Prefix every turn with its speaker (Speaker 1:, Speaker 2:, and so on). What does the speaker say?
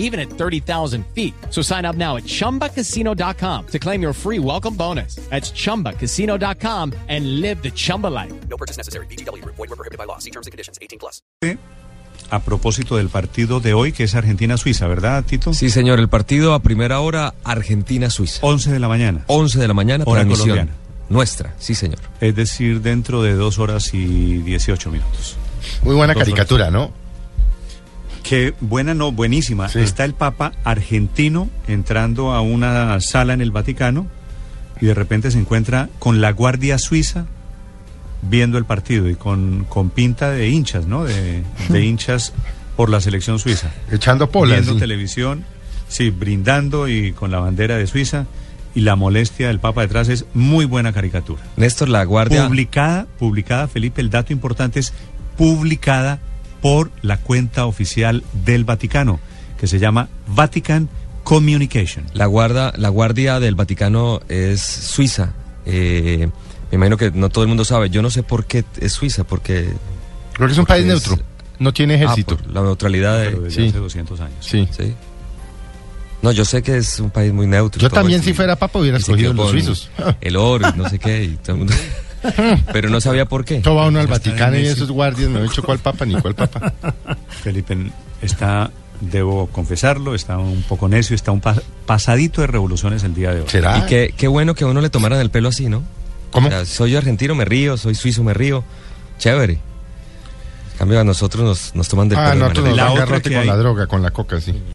Speaker 1: even at 30,000 feet. So sign up now at ChumbaCasino.com to claim your free welcome bonus. That's ChumbaCasino.com and live the Chumba life.
Speaker 2: No purchase necessary. BGW. Void were prohibited by law. See terms and conditions. 18 plus.
Speaker 3: A propósito del partido de hoy, que es Argentina-Suiza, ¿verdad, Tito?
Speaker 4: Sí, señor, el partido a primera hora, Argentina-Suiza.
Speaker 3: 11 de la mañana.
Speaker 4: 11 de la mañana,
Speaker 3: Hora
Speaker 4: transmisión
Speaker 3: colombiana.
Speaker 4: nuestra, sí, señor.
Speaker 3: Es decir, dentro de dos horas y 18 minutos.
Speaker 5: Muy buena
Speaker 3: Dos
Speaker 5: caricatura, ¿no?
Speaker 3: Qué buena, no, buenísima.
Speaker 5: Sí.
Speaker 3: Está el Papa argentino entrando a una sala en el Vaticano y de repente se encuentra con la Guardia Suiza viendo el partido y con, con pinta de hinchas, ¿no? De, de hinchas por la selección suiza.
Speaker 5: Echando polas.
Speaker 3: viendo televisión, sí, brindando y con la bandera de Suiza y la molestia del Papa detrás es muy buena caricatura.
Speaker 4: Néstor, la guardia...
Speaker 3: Publicada, publicada, Felipe, el dato importante es publicada por la cuenta oficial del Vaticano, que se llama Vatican Communication.
Speaker 4: La, guarda, la guardia del Vaticano es suiza. Eh, me imagino que no todo el mundo sabe. Yo no sé por qué es suiza, porque...
Speaker 5: Creo que es un
Speaker 4: porque
Speaker 5: país
Speaker 4: es-
Speaker 5: neutro. No tiene
Speaker 4: ah,
Speaker 5: ejército.
Speaker 3: pues,
Speaker 4: por la neutralidad
Speaker 3: Pero
Speaker 4: de...
Speaker 3: desde
Speaker 5: sí.
Speaker 3: hace 200 años.
Speaker 5: Sí.
Speaker 4: Sí. No, yo sé que es un país muy neutro. y
Speaker 5: Yo
Speaker 4: todo
Speaker 5: también,
Speaker 4: eso,
Speaker 5: si
Speaker 4: y-
Speaker 5: fuera papa, hubiera
Speaker 4: y se
Speaker 5: escogido
Speaker 4: quedó
Speaker 5: los
Speaker 4: con
Speaker 5: suizos.
Speaker 4: El oro, y no sé qué, y todo el mundo- Pero no sabía por qué.
Speaker 5: Esto va uno al
Speaker 3: Ya está
Speaker 5: Vaticano y
Speaker 3: necio.
Speaker 5: esos guardias no han hecho cuál papa ni cuál papa.
Speaker 3: Felipe está, debo confesarlo, está un poco necio, está un pas- pasadito de revoluciones el día de hoy.
Speaker 5: ¿Será?
Speaker 4: Y qué, qué bueno que a uno le tomaran el pelo así, ¿no?
Speaker 5: ¿Cómo? Ah,
Speaker 4: O sea, soy argentino, me río, soy suizo, me río. Chévere. En cambio, a nosotros nos, nos toman del
Speaker 5: Ah,
Speaker 4: pelo de
Speaker 5: nosotros
Speaker 4: manera-
Speaker 5: nos
Speaker 3: La
Speaker 5: dan
Speaker 3: otra
Speaker 5: garrote
Speaker 3: que
Speaker 5: con
Speaker 3: hay-
Speaker 5: la droga, con la coca, sí.